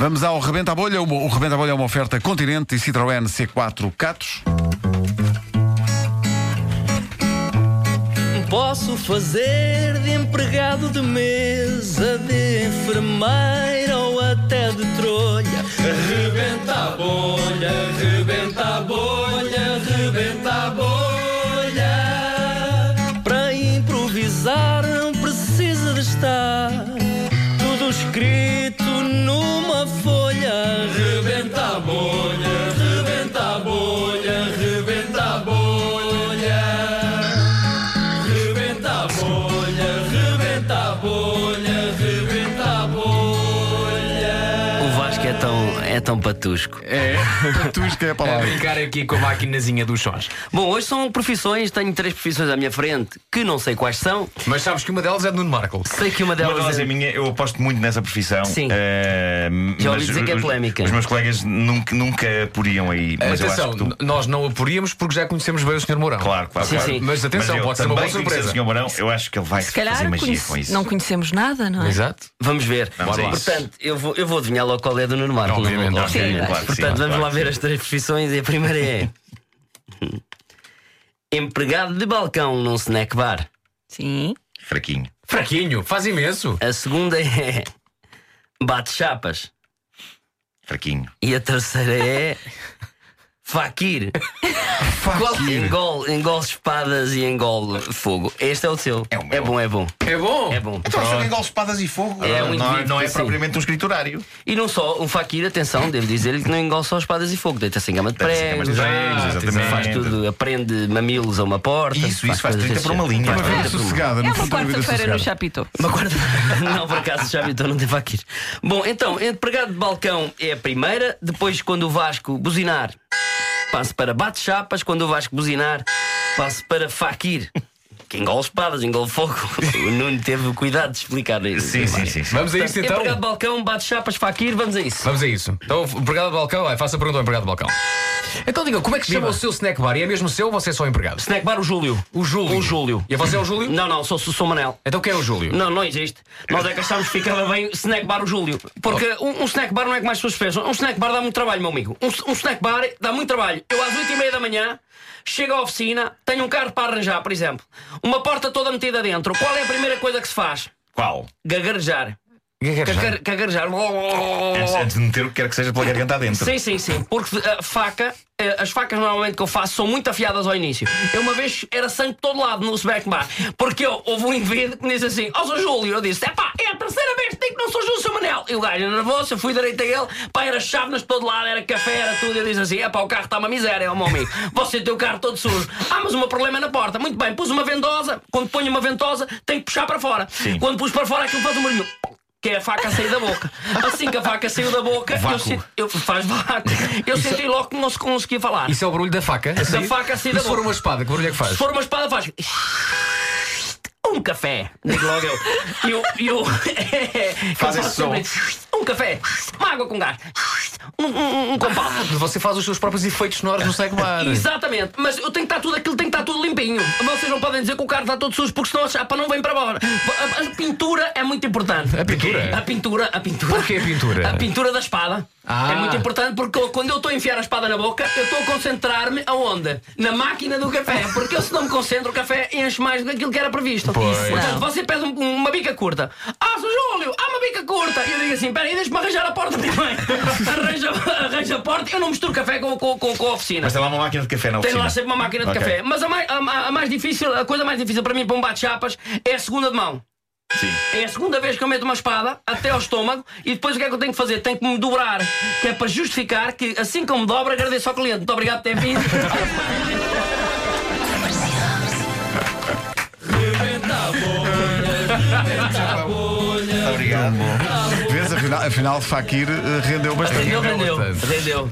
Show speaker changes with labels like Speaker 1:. Speaker 1: Vamos ao Rebenta a Bolha. O Rebenta a Bolha é uma oferta Continente e Citroën C4 Catos.
Speaker 2: Posso fazer de empregado de mesa, de enfermeira ou até de trolha. Rebenta a bolha, rebenta a bolha, rebenta a bolha. Para improvisar não precisa de estar tudo escrito numa folha. Rebenta a bolha, rebenta a bolha, rebenta a bolha. Rebenta a bolha, rebenta a bolha, rebenta a bolha.
Speaker 3: O Vasco é tão, é tão patusco.
Speaker 1: É, patusca é a
Speaker 4: a
Speaker 1: palavra.
Speaker 4: brincar aqui com a maquinazinha dos sons.
Speaker 3: Bom, hoje são profissões, tenho três profissões à minha frente que não sei quais são.
Speaker 4: Mas sabes que uma delas é de Nuno Marco.
Speaker 3: Sei que uma
Speaker 5: Uma
Speaker 3: delas
Speaker 5: delas é
Speaker 3: é.
Speaker 5: minha, eu aposto muito nessa profissão.
Speaker 3: Sim.
Speaker 5: Eh,
Speaker 3: Já ouvi
Speaker 5: mas
Speaker 3: dizer que é
Speaker 5: os-
Speaker 3: polémica.
Speaker 5: Os meus colegas nunca, nunca aporiam aí. Mas eu
Speaker 4: atenção,
Speaker 5: acho que tu.
Speaker 4: n- nós não a poríamos porque já conhecemos bem o Sr. Mourão.
Speaker 5: Claro, claro,
Speaker 3: Sim,
Speaker 5: claro.
Speaker 3: sim.
Speaker 4: Mas atenção,
Speaker 5: eu
Speaker 4: pode ser uma
Speaker 5: também
Speaker 4: boa
Speaker 5: conhecer
Speaker 4: surpresa.
Speaker 5: O Sr. Barão, eu acho que ele vai
Speaker 6: Se calhar
Speaker 5: fazer magia
Speaker 6: conhece-
Speaker 5: com isso.
Speaker 6: não conhecemos nada, não é?
Speaker 4: Exato.
Speaker 3: Vamos ver.
Speaker 5: Vamos a isso.
Speaker 3: Portanto, eu vou, eu vou adivinhar logo qual é do Nuno Marco.
Speaker 4: Obviamente,
Speaker 3: Não vou-
Speaker 5: ok, claro que sim,
Speaker 3: Portanto, vamos
Speaker 5: claro
Speaker 3: lá
Speaker 5: que
Speaker 3: ver
Speaker 5: sim.
Speaker 3: as três profissões e a primeira é. Empregado de balcão num snack bar.
Speaker 6: Sim.
Speaker 5: Fraquinho.
Speaker 4: Fraquinho, faz imenso.
Speaker 3: A segunda é. Bate chapas.
Speaker 5: Fraquinho.
Speaker 3: E a terceira é. Faquir. Qual que engole, engole espadas e engole fogo. Este é o seu.
Speaker 5: É o meu.
Speaker 3: bom, é bom.
Speaker 4: É bom.
Speaker 3: É bom.
Speaker 5: Então, só engole espadas e fogo.
Speaker 3: É
Speaker 5: não,
Speaker 3: um
Speaker 5: não é,
Speaker 3: indivíduo
Speaker 5: não é
Speaker 3: que sim.
Speaker 5: propriamente um escriturário.
Speaker 3: E não só, um faquir, atenção, devo dizer-lhe que não engole só espadas e fogo. Deita-se em gama de
Speaker 5: Deve ser que é mais
Speaker 3: prego,
Speaker 5: três,
Speaker 4: exato,
Speaker 5: exatamente.
Speaker 3: faz tudo, aprende mamilos a uma porta.
Speaker 5: É, Isso, isso faz
Speaker 3: coisas
Speaker 5: 30
Speaker 3: desse
Speaker 5: por uma
Speaker 3: género.
Speaker 5: linha.
Speaker 1: Uma vida
Speaker 5: Faz 30 por uma-
Speaker 1: sossegada.
Speaker 6: É
Speaker 1: não
Speaker 6: uma
Speaker 1: precisa de vida
Speaker 6: quarta-feira
Speaker 1: sossegada.
Speaker 6: no Chapitão.
Speaker 3: Uma quarta. não, por acaso já habitou, não tem faquir. Bom, então, empregado de balcão é a primeira. Depois, quando o Vasco buzinar, passo para bate-chapas. Quando o Vasco buzinar, passo para faquir. Que engole espadas, engole fogo. O Nuno teve o cuidado de explicar isso.
Speaker 5: Sim, sim, sim. sim.
Speaker 4: Vamos a isso então.
Speaker 3: É Empregado de balcão, bate chapas, faquir, vamos a isso.
Speaker 4: Vamos a isso. Então, empregado de balcão, vai, faça a pergunta ao empregado de balcão. Então diga, como é que se chama o seu snack bar? E é mesmo seu ou você é só empregado?
Speaker 3: Snack bar, o Júlio.
Speaker 4: O Júlio.
Speaker 3: O Júlio.
Speaker 4: E você é o Júlio?
Speaker 3: Não, não, sou, sou, sou Manel.
Speaker 4: Então quem é o Júlio?
Speaker 3: Não, não existe. Nós é que achámos que ficava bem snack bar o Júlio. Porque um, um snack bar não é que mais pessoas pensam. Um snack bar dá muito trabalho, meu amigo. Um, s- um snack bar dá muito trabalho. Eu às 8 e meia da manhã chego à oficina, tenho um carro para arranjar, por exemplo. Uma porta toda metida dentro. Qual é a primeira coisa que se faz?
Speaker 5: Qual?
Speaker 3: Gagarejar.
Speaker 4: Gaguejar.
Speaker 3: Cagar- Cagarejar.
Speaker 5: Antes, antes de meter o que quer que seja pela garganta adentro.
Speaker 3: Sim, sim, sim. Porque a faca, eh, as facas normalmente que eu faço são muito afiadas ao início. Eu uma vez era sangue de todo lado no Smack Bar. Porque eu houve um indivíduo que me disse assim: Ó, sou Júlio. Eu disse: é pá, é a terceira vez que digo que não sou Júlio, sou Manel. E o gajo era nervoso, eu fui direito a ele. Pá, era chávenas de todo lado, era café, era tudo. Eu disse assim: é pá, o carro está uma miséria, ó, meu amigo. Você tem o carro todo sujo. Ah, mas o meu problema é na porta. Muito bem, pus uma ventosa. Quando ponho uma ventosa, tenho que puxar para fora.
Speaker 5: Sim.
Speaker 3: Quando pus para fora, aquilo faz um barulho que é a faca a sair da boca. Assim que a faca saiu da boca, eu,
Speaker 5: Vácuo. é-
Speaker 3: senti- eu faz vácuo. Eu senti logo que não se conseguia falar.
Speaker 4: Isso é o barulho da faca?
Speaker 3: Da
Speaker 4: Assim?
Speaker 3: faca assim
Speaker 4: E
Speaker 3: da
Speaker 4: Se for
Speaker 3: boca.
Speaker 4: uma espada, que barulho é que
Speaker 3: Se
Speaker 4: faz?
Speaker 3: for uma espada, faz. Um café. Digo logo eu. E eu. e eu- eu
Speaker 5: Faz
Speaker 3: faço
Speaker 5: esse som.
Speaker 3: sempre, Um café. Uma água com gás. Um, um, um com pau.
Speaker 4: Você faz os seus próprios efeitos sonoros no snack bar.
Speaker 3: Exatamente, mas eu tenho que estar tudo aquilo, tem que estar tudo limpinho. Vocês não podem dizer que o carro está todo sujo porque senão a chapa não vem para fora. A, a pintura é muito importante.
Speaker 4: A pintura?
Speaker 3: A pintura, a pintura.
Speaker 4: Porquê a pintura?
Speaker 3: A pintura da espada.
Speaker 4: Ah.
Speaker 3: É muito importante porque eu- quando eu estou a enfiar a espada na boca, eu estou a concentrar-me aonde? Na máquina do café. Porque eu, se não me concentro, o café enche mais do que aquilo que era previsto.
Speaker 4: Pois.
Speaker 3: Portanto,
Speaker 6: Não.
Speaker 3: você pede um- uma bica curta. Ah, Sr. Júlio, há uma bica curta. E eu digo assim: peraí, deixa-me arranjar a porta primeiro. arranja, arranja a porta. Eu não misturo café com, com, com, com a oficina.
Speaker 5: Mas tem lá uma máquina de café na
Speaker 3: Tem
Speaker 5: oficina.
Speaker 3: lá sempre uma máquina de
Speaker 5: Ok.
Speaker 3: café. Mas a mais, a, a- a mais difícil, a coisa mais difícil para mim, para um bate-chapas, é a segunda de mão.
Speaker 5: Sim.
Speaker 3: É a segunda vez que eu meto uma espada até ao estômago e depois o que é que eu tenho que fazer? Tenho que me dobrar, que é para justificar que assim como me dobro, agradeço ao cliente. Muito obrigado por ter vindo.
Speaker 5: Muito obrigado.
Speaker 1: Vês, afinal, afinal Fakir eh, rendeu bastante.
Speaker 3: Rendeu, rendeu.
Speaker 1: eh,
Speaker 4: bastante.
Speaker 3: Rendeu.